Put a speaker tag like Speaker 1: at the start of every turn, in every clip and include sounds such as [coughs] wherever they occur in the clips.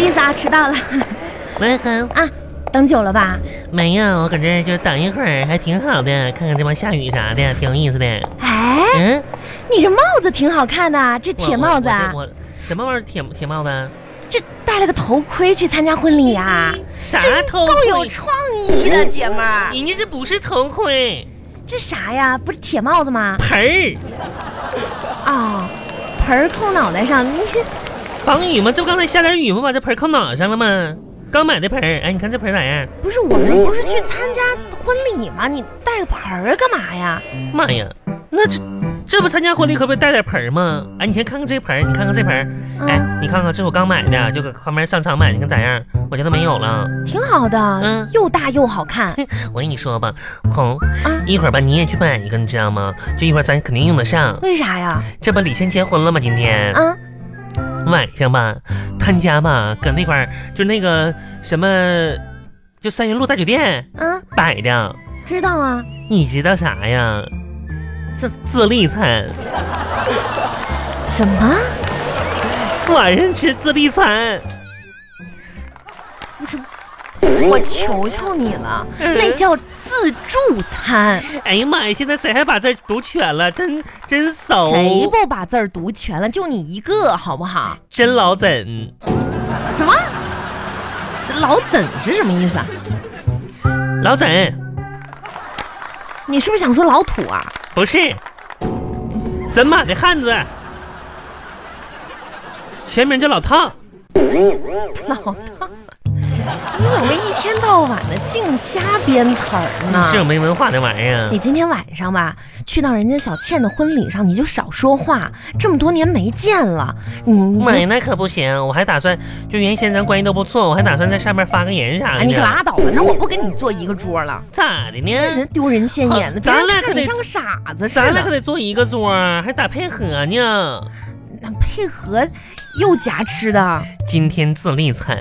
Speaker 1: 意思啊，迟到了 [laughs]
Speaker 2: 喂，恒，
Speaker 1: 啊，等久了吧？
Speaker 2: 没有，我搁这儿就等一会儿，还挺好的，看看这帮下雨啥的，挺有意思的。
Speaker 1: 哎，
Speaker 2: 嗯，
Speaker 1: 你这帽子挺好看的啊，这
Speaker 2: 我
Speaker 1: 铁帽子啊
Speaker 2: 我，我我什么玩意儿？铁铁帽子啊？
Speaker 1: 这戴了个头盔去参加婚礼呀、
Speaker 2: 啥
Speaker 1: 真
Speaker 2: 头
Speaker 1: 够有啊
Speaker 2: 盔？
Speaker 1: 创意的姐们儿。
Speaker 2: 你这不是头盔，
Speaker 1: 这啥呀？不是铁帽子吗？
Speaker 2: 盆儿，
Speaker 1: 哦，盆儿扣脑袋上，你
Speaker 2: 防雨吗？这不刚才下点雨吗？把这盆儿扣脑上了吗？刚买的盆儿，哎，你看这盆儿咋样？
Speaker 1: 不是我们不是去参加婚礼吗？你带个盆儿干嘛呀？
Speaker 2: 妈呀，那这这不参加婚礼可不得带点盆儿吗？哎，你先看看这盆儿，你看看这盆儿，
Speaker 1: 嗯
Speaker 2: 哎，你看看这是我刚买的，就搁旁边商场买的，你看咋样？我觉得没有了。
Speaker 1: 挺好的，
Speaker 2: 嗯
Speaker 1: 又大又好
Speaker 2: [laughs]
Speaker 1: 看
Speaker 2: 我跟你说吧，红，
Speaker 1: 啊。
Speaker 2: 一会儿吧你也去买一个，你知道吗？这一会儿咱肯定用得上。
Speaker 1: 为啥呀？
Speaker 2: 这不李现结婚了吗？今天
Speaker 1: 啊，
Speaker 2: 晚上吧，他家吧搁那块儿就那个什么，就三元路大酒店
Speaker 1: 啊，
Speaker 2: 摆的，
Speaker 1: 知道啊。
Speaker 2: 你知道啥呀？
Speaker 1: 自
Speaker 2: 自助餐，
Speaker 1: 什么？
Speaker 2: 晚上吃自助餐。
Speaker 1: 不是，我求求你了，那叫自助餐。
Speaker 2: 哎呀妈呀！现在谁还把字儿读全了？真真熟，
Speaker 1: 谁不把字儿读全了？就你一个，好不好？
Speaker 2: 真老怎？
Speaker 1: 什么？这老怎是什么意思啊？
Speaker 2: 老怎
Speaker 1: 你是不是想说老土啊？
Speaker 2: 不是怎马的汉子，全名叫老汤。
Speaker 1: 老套， [laughs] 你怎么一天到晚的净瞎编词儿
Speaker 2: 这
Speaker 1: 呢？
Speaker 2: 种没文化的玩意儿
Speaker 1: 啊你，今天晚上吧，去到人家小倩的婚礼上，你就少说话。这么多年没见了，你你
Speaker 2: 妈呀，那可不行！我还打算，就原先咱关系都不错，我还打算在上面发个言啥
Speaker 1: 啊，
Speaker 2: 的。
Speaker 1: 你可拉倒吧，那我不跟你坐一个桌了，
Speaker 2: 咋的
Speaker 1: 人
Speaker 2: 呢？
Speaker 1: 丢人现眼的，别
Speaker 2: 啊咱
Speaker 1: 人
Speaker 2: 俩可
Speaker 1: 看你
Speaker 2: 得
Speaker 1: 像个傻子似
Speaker 2: 咱俩可
Speaker 1: 的。
Speaker 2: 得坐一个桌儿，还打配合呢。
Speaker 1: 那配合又夹吃的啊，
Speaker 2: 今天自立餐，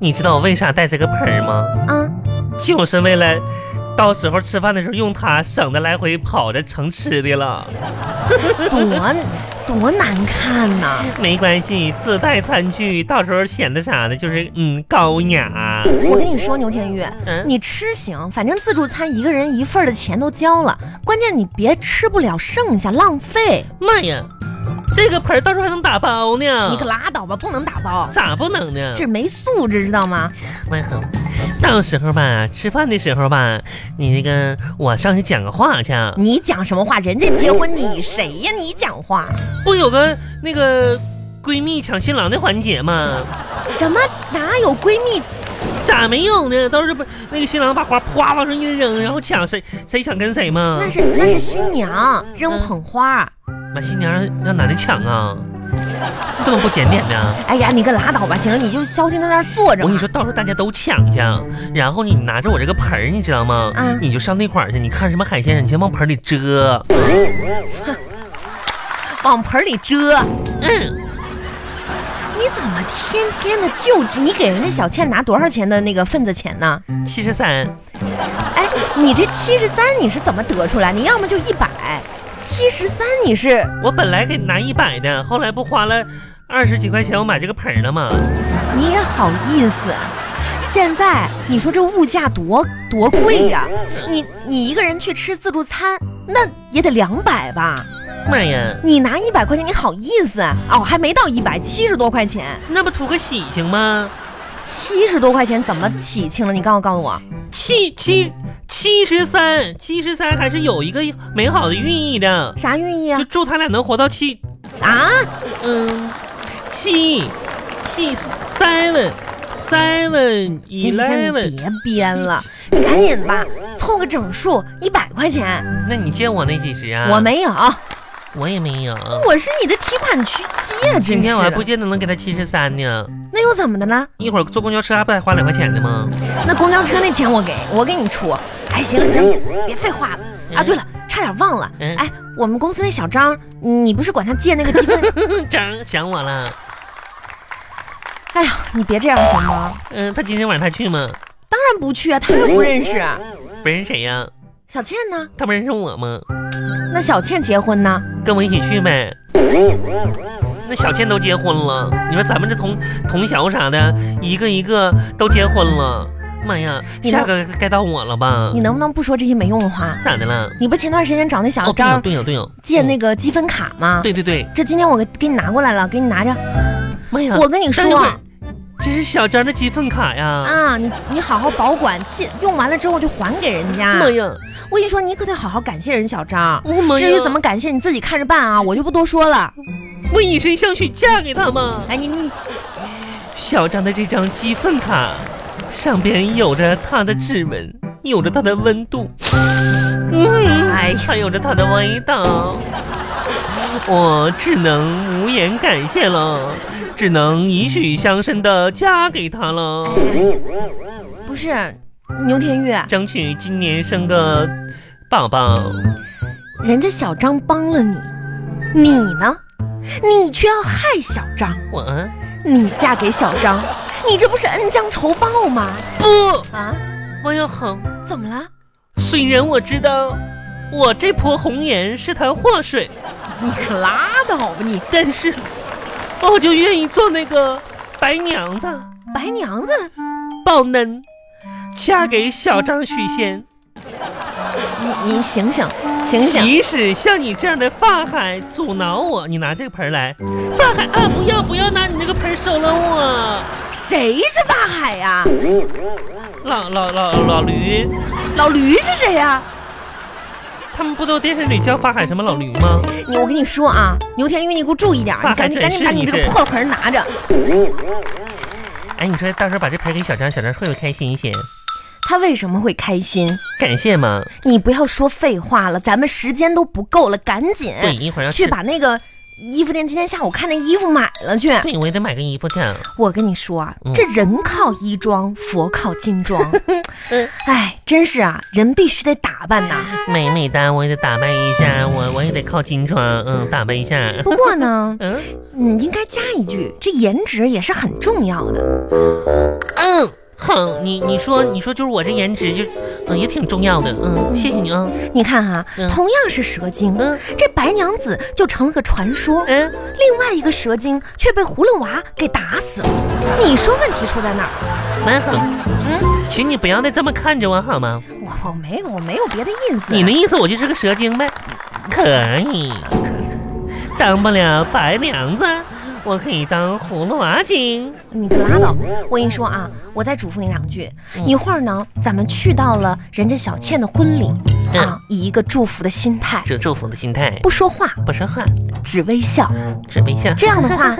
Speaker 2: 你知道我为啥带这个盆儿吗？就是为了到时候吃饭的时候用它，省得来回跑着盛吃的了。
Speaker 1: 多啊多难看呐、
Speaker 2: 没关系，自带餐具，到时候显得啥呢？就是嗯高雅。
Speaker 1: 我跟你说，牛天玉，
Speaker 2: 嗯，
Speaker 1: 你吃行，反正自助餐一个人一份儿的钱都交了，关键你别吃不了剩下浪费。
Speaker 2: 妈呀，这个盆儿到时候还能打包呢。
Speaker 1: 你可拉倒吧，不能打包，
Speaker 2: 咋不能呢？
Speaker 1: 这没素质，知道吗？
Speaker 2: 万恒，到时候吧，吃饭的时候吧，你那个我上去讲个话去。啊
Speaker 1: 你讲什么话？人家结婚你谁呀？你讲话
Speaker 2: 不有个那个闺蜜抢新郎的环节吗？
Speaker 1: 什么？哪有闺蜜？
Speaker 2: 咋没有呢？都是不那个新郎把花哗往上一扔，然后抢谁谁抢跟谁吗？
Speaker 1: 那是那是新娘
Speaker 2: 嗯
Speaker 1: 扔捧花。
Speaker 2: 妈，新娘让让男的抢啊，这么不检点呢？
Speaker 1: 哎呀，你可拉倒吧，行了，你就消停在那儿坐着
Speaker 2: 我跟你
Speaker 1: 吧。
Speaker 2: 说，到时候大家都抢去，啊然后你拿着我这个盆儿，你知道吗？
Speaker 1: 嗯
Speaker 2: 你就上那块儿去，你看什么海鲜，你先往盆儿里遮。
Speaker 1: 往盆里遮，
Speaker 2: 嗯，
Speaker 1: 你怎么天天的就你给人家小倩拿多少钱的那个份子钱呢？
Speaker 2: 七十三，
Speaker 1: 哎，你这七十三你是怎么得出来？你要么就一百，七十三你是
Speaker 2: 我本来给拿一百的，后来不花了二十几块钱我买这个盆儿了吗？
Speaker 1: 你也好意思？现在你说这物价多多贵呀、
Speaker 2: 嗯
Speaker 1: 你你一个人去吃自助餐，那也得两百吧？
Speaker 2: 妈呀，
Speaker 1: 你拿一百块钱，你好意思？哦，还没到一百，七十多块钱，
Speaker 2: 那不图个喜庆吗？
Speaker 1: 七十多块钱怎么喜庆了？你告诉告诉我，
Speaker 2: 七七七十三，七十三还是有一个美好的寓意的，
Speaker 1: 啥寓意啊
Speaker 2: 就？祝他俩能活到七
Speaker 1: 啊，
Speaker 2: 嗯，七七 seven seven
Speaker 1: 行行行，你
Speaker 2: eleven。
Speaker 1: 别编了，你赶紧吧，凑个整数，一百块钱，
Speaker 2: 那你借我那几十啊？
Speaker 1: 我，没有。
Speaker 2: 我也没有。
Speaker 1: 我是你的提款去借，
Speaker 2: 今
Speaker 1: 真
Speaker 2: 天我还
Speaker 1: 是
Speaker 2: 不
Speaker 1: 的。
Speaker 2: 见得能给他七十三呢。
Speaker 1: 那又怎么的呢？
Speaker 2: 一会儿坐公交车还不得花两块钱的吗？
Speaker 1: 那公交车那钱我给我给你出。哎，行了行了，别废话了啊！对了，差点忘了，
Speaker 2: 嗯
Speaker 1: 哎，我们公司那小张，你不是管他借那个积分？ [laughs]
Speaker 2: 张想我了。
Speaker 1: 哎呀，你别这样行吗？
Speaker 2: 嗯，他今天晚上他去吗？
Speaker 1: 当然不去啊，他又不认识。
Speaker 2: 不认识谁呀、
Speaker 1: 小倩呢？
Speaker 2: 他不认识我吗？
Speaker 1: 那小倩结婚呢？
Speaker 2: 跟我一起去呗。那小倩都结婚了，你说咱们这同同小啥的，一个一个都结婚了，妈呀，
Speaker 1: 你
Speaker 2: 下
Speaker 1: 能
Speaker 2: 个该到我了吧
Speaker 1: 你？能不能不说这些没用的话？
Speaker 2: 咋的了？
Speaker 1: 你不前段时间找那小
Speaker 2: 哦，对呀
Speaker 1: 张
Speaker 2: 对呀对呀，
Speaker 1: 借
Speaker 2: 嗯
Speaker 1: 那个积分卡吗？
Speaker 2: 对对嗯对，
Speaker 1: 这今天我给给你拿过来了，给你拿着。
Speaker 2: 妈呀，
Speaker 1: 我跟你
Speaker 2: 但一
Speaker 1: 说
Speaker 2: 会儿这是小张的积分卡呀。
Speaker 1: 啊，你你好好保管，借用完了之后就还给人家。
Speaker 2: 妈呀！
Speaker 1: 我跟你说，你可得好好感谢人小张。
Speaker 2: 我妈呀！
Speaker 1: 至于怎么感谢，你自己看着办啊，我就不多说了。
Speaker 2: 我以身相许嫁给他吗？
Speaker 1: 哎，你你
Speaker 2: 小张的这张积分卡上边有着他的指纹，有着他的温度，嗯，
Speaker 1: 哎呀
Speaker 2: 还有着他的味道。我只能无言感谢了，只能以许相深的嫁给他了，
Speaker 1: 不是牛天玉，
Speaker 2: 争取今年生个宝宝。
Speaker 1: 人家小张帮了你，你呢？你却要害小张，
Speaker 2: 我啊
Speaker 1: 你嫁给小张，你这不是恩将仇报吗？
Speaker 2: 不，
Speaker 1: 啊，
Speaker 2: 哦我要横。
Speaker 1: 怎么了？
Speaker 2: 虽然我知道我这泼红颜是潭祸水，
Speaker 1: 你可拉倒吧你，
Speaker 2: 但是我就愿意做那个白娘子
Speaker 1: 白娘子，
Speaker 2: 抱嫩，嫁给小张许仙。
Speaker 1: 你你醒醒醒醒！
Speaker 2: 即使像你这样的发海阻挠我，你拿这个盆儿来，发海啊，不要不要，拿你那个盆儿收了我。
Speaker 1: 谁是法海呀、
Speaker 2: 老老老老驴，
Speaker 1: 老驴是谁呀、
Speaker 2: 他们不都电视里叫发海什么老驴吗？
Speaker 1: 你我跟你说啊，牛天玉，你给我注意点儿，
Speaker 2: [laughs]
Speaker 1: 你
Speaker 2: 法海
Speaker 1: 赶紧
Speaker 2: 真
Speaker 1: 赶紧
Speaker 2: 是
Speaker 1: 把你
Speaker 2: 你
Speaker 1: 这个
Speaker 2: 这
Speaker 1: 破盆儿拿着。
Speaker 2: 哎，你说到时候把这盆儿给小张，小张会不会开心一些？
Speaker 1: 他为什么会开心？
Speaker 2: 感谢吗？
Speaker 1: 你不要说废话了，咱们时间都不够了，赶紧
Speaker 2: 对，一会儿要
Speaker 1: 嗯去。把那个衣服店今天下午看那衣服买了去。
Speaker 2: 对，我也得买个衣服去。
Speaker 1: 我跟你说啊
Speaker 2: 嗯，
Speaker 1: 这人靠衣装，佛靠金装
Speaker 2: [laughs] 嗯。
Speaker 1: 哎，真是啊，人必须得打扮呐。
Speaker 2: 美美哒，我也得打扮一下，我我也得靠金装，嗯，打扮一下。
Speaker 1: 不过呢，
Speaker 2: 嗯
Speaker 1: 你应该加一句，这颜值也是很重要的。
Speaker 2: 嗯，好，你你说你说就是我这颜值就嗯也挺重要的，嗯，谢谢你啊，
Speaker 1: 你看哈、
Speaker 2: 嗯
Speaker 1: 同样是蛇精，
Speaker 2: 嗯
Speaker 1: 这白娘子就成了个传说。
Speaker 2: 嗯，
Speaker 1: 另外一个蛇精却被葫芦娃给打死了。你说问题出在哪儿？
Speaker 2: 蛮好，嗯，请你不要再这么看着我好吗？
Speaker 1: 我我没我没有别的意思。
Speaker 2: 你的意思我就是个蛇精呗？可以，当不了白娘子，我可以当葫芦娃精。
Speaker 1: 你可拉倒！我跟你说啊，我再嘱咐你两句。
Speaker 2: 嗯
Speaker 1: 一会儿呢，咱们去到了人家小倩的婚礼
Speaker 2: 嗯
Speaker 1: 啊，以一个祝福的心态，
Speaker 2: 这祝福的心态，
Speaker 1: 不说话，
Speaker 2: 不说话，
Speaker 1: 只微笑。
Speaker 2: 只微笑。
Speaker 1: 这样的 [laughs] 话，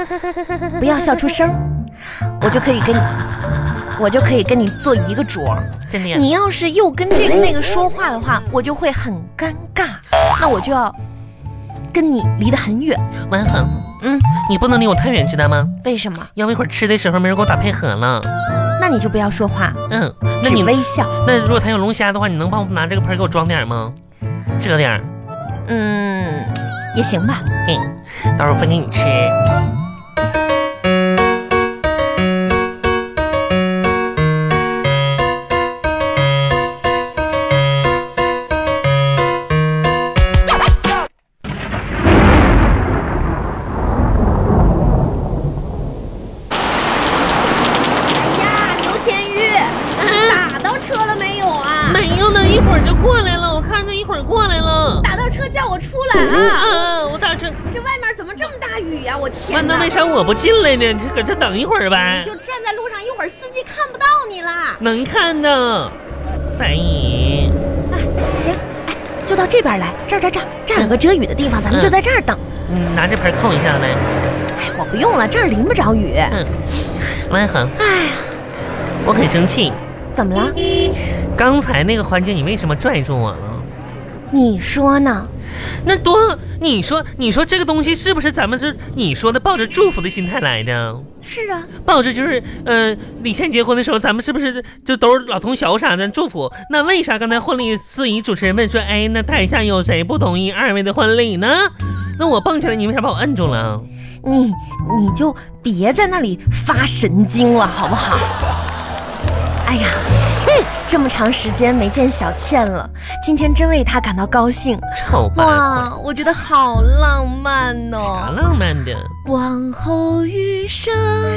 Speaker 1: 不要笑出声，我就可以跟你，我就可以跟你坐一个桌儿。
Speaker 2: 真的呀？
Speaker 1: 你要是又跟这个那个说话的话，我就会很尴尬，那我就要跟你离得很远。
Speaker 2: 蛮好，
Speaker 1: 嗯，
Speaker 2: 你不能离我太远，知道吗？
Speaker 1: 为什么？
Speaker 2: 要不一会儿吃的时候没人给我打配合了。
Speaker 1: 那你就不要说话，
Speaker 2: 嗯，那
Speaker 1: 只
Speaker 2: 你
Speaker 1: 微笑。
Speaker 2: 那如果他有龙虾的话，你能帮我拿这个盆儿给我装点儿吗？遮点儿，
Speaker 1: 嗯，也行 [laughs] 吧。
Speaker 2: 嘿，嗯到时候分给你吃。
Speaker 1: 哎呀，牛天玉，打到车了没有啊？
Speaker 2: 没有哎呢，一会儿就过来了，我看着一会儿过来了。
Speaker 1: 打到车叫我出来啊！
Speaker 2: 啊，我打车，
Speaker 1: 这外面怎么这么大雨呀、我天
Speaker 2: 完
Speaker 1: 哪
Speaker 2: 那！为啥我不进来呢？这搁这等一会儿呗
Speaker 1: 你，就站在路上，一会儿司机看不到你啦。
Speaker 2: 能看的。烦人，
Speaker 1: 行，哎，就到这边来，这儿这儿这儿这儿有个遮雨的地方，咱们就在这儿等。
Speaker 2: 你嗯拿这盆儿扣一下呗。
Speaker 1: 哎，我不用了，这儿淋不着雨。
Speaker 2: 嗯，万恒，
Speaker 1: 哎呀，
Speaker 2: 我很生气，
Speaker 1: 怎么了？
Speaker 2: 刚才那个环节你为什么拽住我了？
Speaker 1: 你说呢？
Speaker 2: 那多，你说，你说这个东西是不是咱们是你说的抱着祝福的心态来的？
Speaker 1: 是啊，
Speaker 2: 抱着就是，呃，李倩结婚的时候，咱们是不是就都是老同学啥的祝福？那为啥刚才婚礼司仪主持人问说，哎，那台下有谁不同意二位的婚礼呢？那我蹦起来，你为啥把我摁住了？
Speaker 1: 你你就别在那里发神经了，好不好？哎呀，哼，这么长时间没见小倩了，今天真为她感到高兴。
Speaker 2: 臭八
Speaker 1: 哇，我觉得好浪漫
Speaker 2: 卦，
Speaker 1: 哦！
Speaker 2: 浪漫的。
Speaker 1: 往后余生，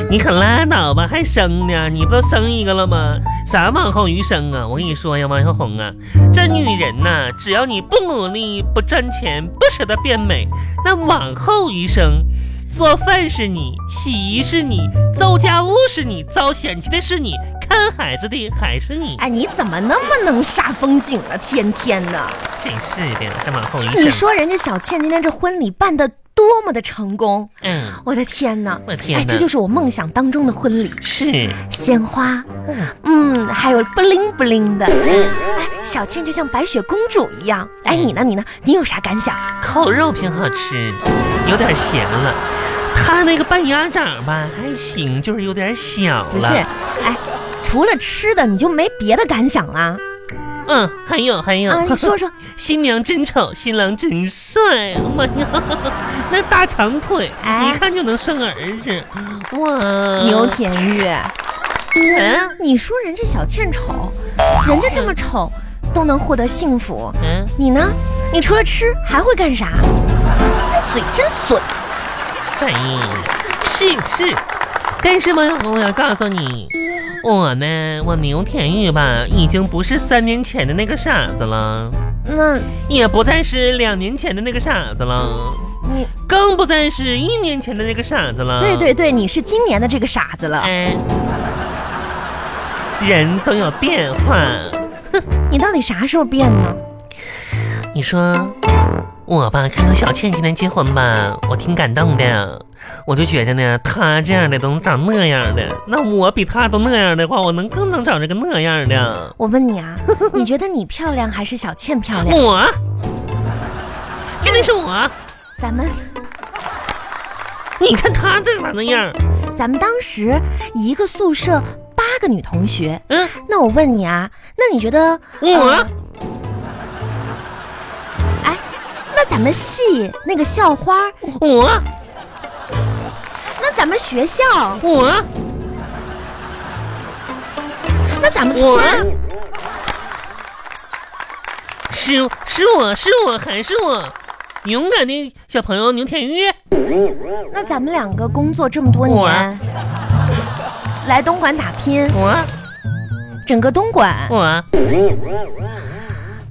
Speaker 2: 你可拉倒吧，还生呢？你不都生一个了吗？啥往后余生啊！我跟你说呀，王小红啊，这女人呐、只要你不努力、不赚钱、不舍得变美，那往后余生，做饭是你，洗衣是你，做家务是你，遭嫌弃的是你，看孩子的还是你。
Speaker 1: 哎，你怎么那么能煞风景啊？天天的，
Speaker 2: 真是的，还往后余
Speaker 1: 哎你
Speaker 2: 生。
Speaker 1: 说人家小倩今天这婚礼办的多么的成功，
Speaker 2: 嗯，
Speaker 1: 我的天哪！
Speaker 2: 我的天
Speaker 1: 哎，
Speaker 2: 哪，
Speaker 1: 这就是我梦想当中的婚礼，
Speaker 2: 是
Speaker 1: 鲜花，
Speaker 2: 嗯
Speaker 1: 嗯，还有不灵不灵的。哎，小倩就像白雪公主一样。哎，你呢？你呢？你有啥感想？
Speaker 2: 扣肉挺嗯好吃的，有点咸了。他那个半鸭掌吧还行，就是有点小了。
Speaker 1: 不是，哎，除了吃的，你就没别的感想啦？
Speaker 2: 嗯，还有还有，
Speaker 1: 啊，你说说。
Speaker 2: [laughs] 新娘真丑，新郎真帅。妈呀，那大长腿，
Speaker 1: 哎
Speaker 2: 一看就能生儿子。哇，
Speaker 1: 牛！田玉，
Speaker 2: 嗯
Speaker 1: 你说人家小倩丑，人家这么丑都能获得幸福，
Speaker 2: 嗯，
Speaker 1: 你呢？你除了吃还会干啥？嘴真损！
Speaker 2: 反应是是，但是嘛，我要告诉你，我呢，我牛田玉吧，已经不是三年前的那个傻子了。
Speaker 1: 那
Speaker 2: 也不再是两年前的那个傻子了，
Speaker 1: 你
Speaker 2: 更不再是一年前的那个傻子了。
Speaker 1: 对对，对，你是今年的这个傻子了。
Speaker 2: 哎，人总有变化。
Speaker 1: 你到底啥时候变呢？
Speaker 2: 你说我吧，看到小倩今天结婚吧，我挺感动的。我就觉着呢，她这样的都能找那样的，那我比她都那样的话，我能更能找这个那样的。
Speaker 1: 我问你 [laughs] 啊，你觉得你漂亮还是小倩漂亮？
Speaker 2: 我，绝对是我。
Speaker 1: 咱们
Speaker 2: 你看她这玩意儿，
Speaker 1: 咱们当时一个宿舍八个女同学，
Speaker 2: 嗯，
Speaker 1: 那我问你啊，那你觉得
Speaker 2: 我。
Speaker 1: 呃哎，那咱们系那个校花，
Speaker 2: 我
Speaker 1: 那咱们学校，
Speaker 2: 我
Speaker 1: 那咱们村
Speaker 2: 我
Speaker 1: 儿，
Speaker 2: 是是我是我还是我，嗯勇敢的小朋友牛天玉，
Speaker 1: 那咱们两个工作这么多年，来东莞打拼，
Speaker 2: 我
Speaker 1: 整个东莞，
Speaker 2: 我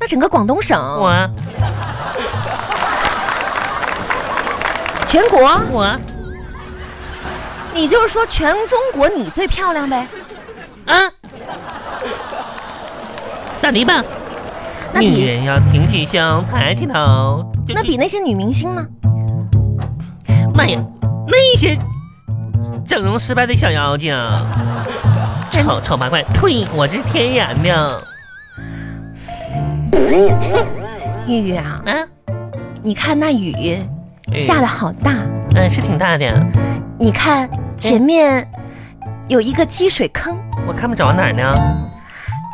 Speaker 1: 那整个广东省，
Speaker 2: 我
Speaker 1: 全国，
Speaker 2: 我
Speaker 1: 你就是说全中国你最漂亮呗？
Speaker 2: 啊，咋的吧？
Speaker 1: 那
Speaker 2: 女
Speaker 1: 比
Speaker 2: 人要挺起胸，抬起头。就
Speaker 1: 那比那些女明星呢？
Speaker 2: 妈呀，那些整容失败的小妖精，
Speaker 1: 人
Speaker 2: 丑丑八怪，呸！我这是天然的。
Speaker 1: 玉玉啊，
Speaker 2: 啊，哎
Speaker 1: 你看那雨下的好大，
Speaker 2: 嗯、是挺大的，
Speaker 1: 你看前面
Speaker 2: 哎
Speaker 1: 有一个积水坑，
Speaker 2: 我看不着哪儿呢。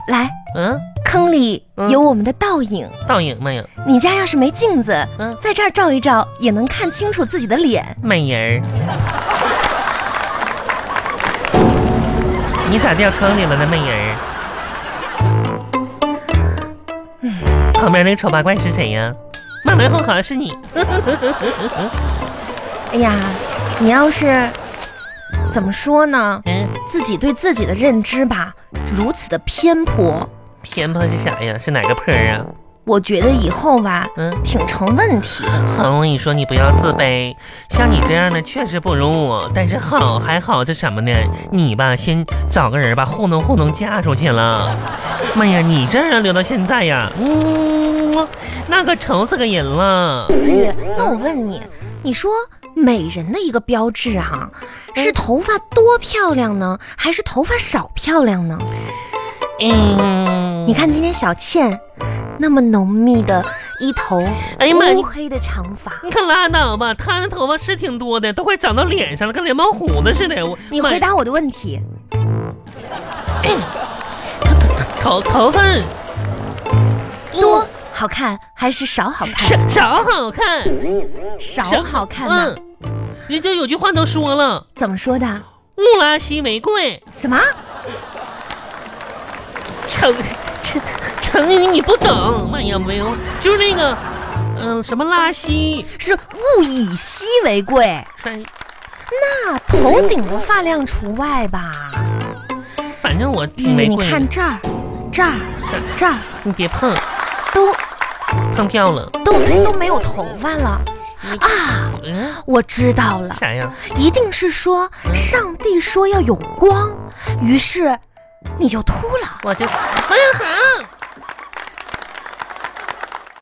Speaker 1: 来，
Speaker 2: 嗯、
Speaker 1: 坑里
Speaker 2: 嗯
Speaker 1: 有我们的倒影。
Speaker 2: 倒影，妈呀，
Speaker 1: 你家要是没镜子，
Speaker 2: 嗯
Speaker 1: 在这儿照一照，也能看清楚自己的脸。
Speaker 2: 美人儿。你咋掉坑里了呢，美人儿？旁边那个丑八怪是谁呀？慢慢后好像是你。
Speaker 1: 哎呀，你要是怎么说呢？
Speaker 2: 嗯，
Speaker 1: 自己对自己的认知吧，如此的偏颇，
Speaker 2: 偏颇是啥呀？是哪个坡儿啊？
Speaker 1: 我觉得以后吧，
Speaker 2: 嗯，
Speaker 1: 挺成问题的。
Speaker 2: 好，我跟你说，你不要自卑。像你这样的确实不如我，但是好还好，这什么呢？你吧，先找个人吧，糊弄糊弄嫁出去了。妈呀，你这样留到现在呀，嗯，那可愁死个人了。
Speaker 1: 玉玉，哎那我问你，你说美人的一个标志啊，
Speaker 2: 嗯
Speaker 1: 是头发多漂亮呢，还是头发少漂亮呢？
Speaker 2: 嗯，
Speaker 1: 你，看今天小倩，那么浓密的一头
Speaker 2: 哎呀妈呀，
Speaker 1: 乌
Speaker 2: 你
Speaker 1: 黑的长发，
Speaker 2: 你可拉倒吧，她的头发是挺多的，都快长到脸上了，跟脸冒虎子似的。我
Speaker 1: 你
Speaker 2: 妈呀
Speaker 1: 回答我的问题，
Speaker 2: [coughs] 头头发嗯
Speaker 1: 多好看还是少好看？
Speaker 2: 少少好看，
Speaker 1: 少
Speaker 2: 少
Speaker 1: 好看呢、
Speaker 2: 嗯，人家有句话都说了。
Speaker 1: 怎么说的？
Speaker 2: 穆拉西玫瑰，
Speaker 1: 什么？
Speaker 2: 这成 [laughs] 成成语你不懂，妈呀没有，就是那个，嗯、什么拉稀，
Speaker 1: 是物以稀为贵，
Speaker 2: 反
Speaker 1: 那头顶的发量除外吧。
Speaker 2: 反正我
Speaker 1: 嗯
Speaker 2: 挺没
Speaker 1: 你
Speaker 2: 贵
Speaker 1: 看
Speaker 2: 的，
Speaker 1: 这儿，这儿，这儿
Speaker 2: 你别碰，
Speaker 1: 都
Speaker 2: 碰掉了。
Speaker 1: 都都没有头发了啊！
Speaker 2: 嗯，
Speaker 1: 我知道了，
Speaker 2: 啥呀？
Speaker 1: 一定是说上帝说要有光，于是你就秃了。
Speaker 2: 我这，哎呀，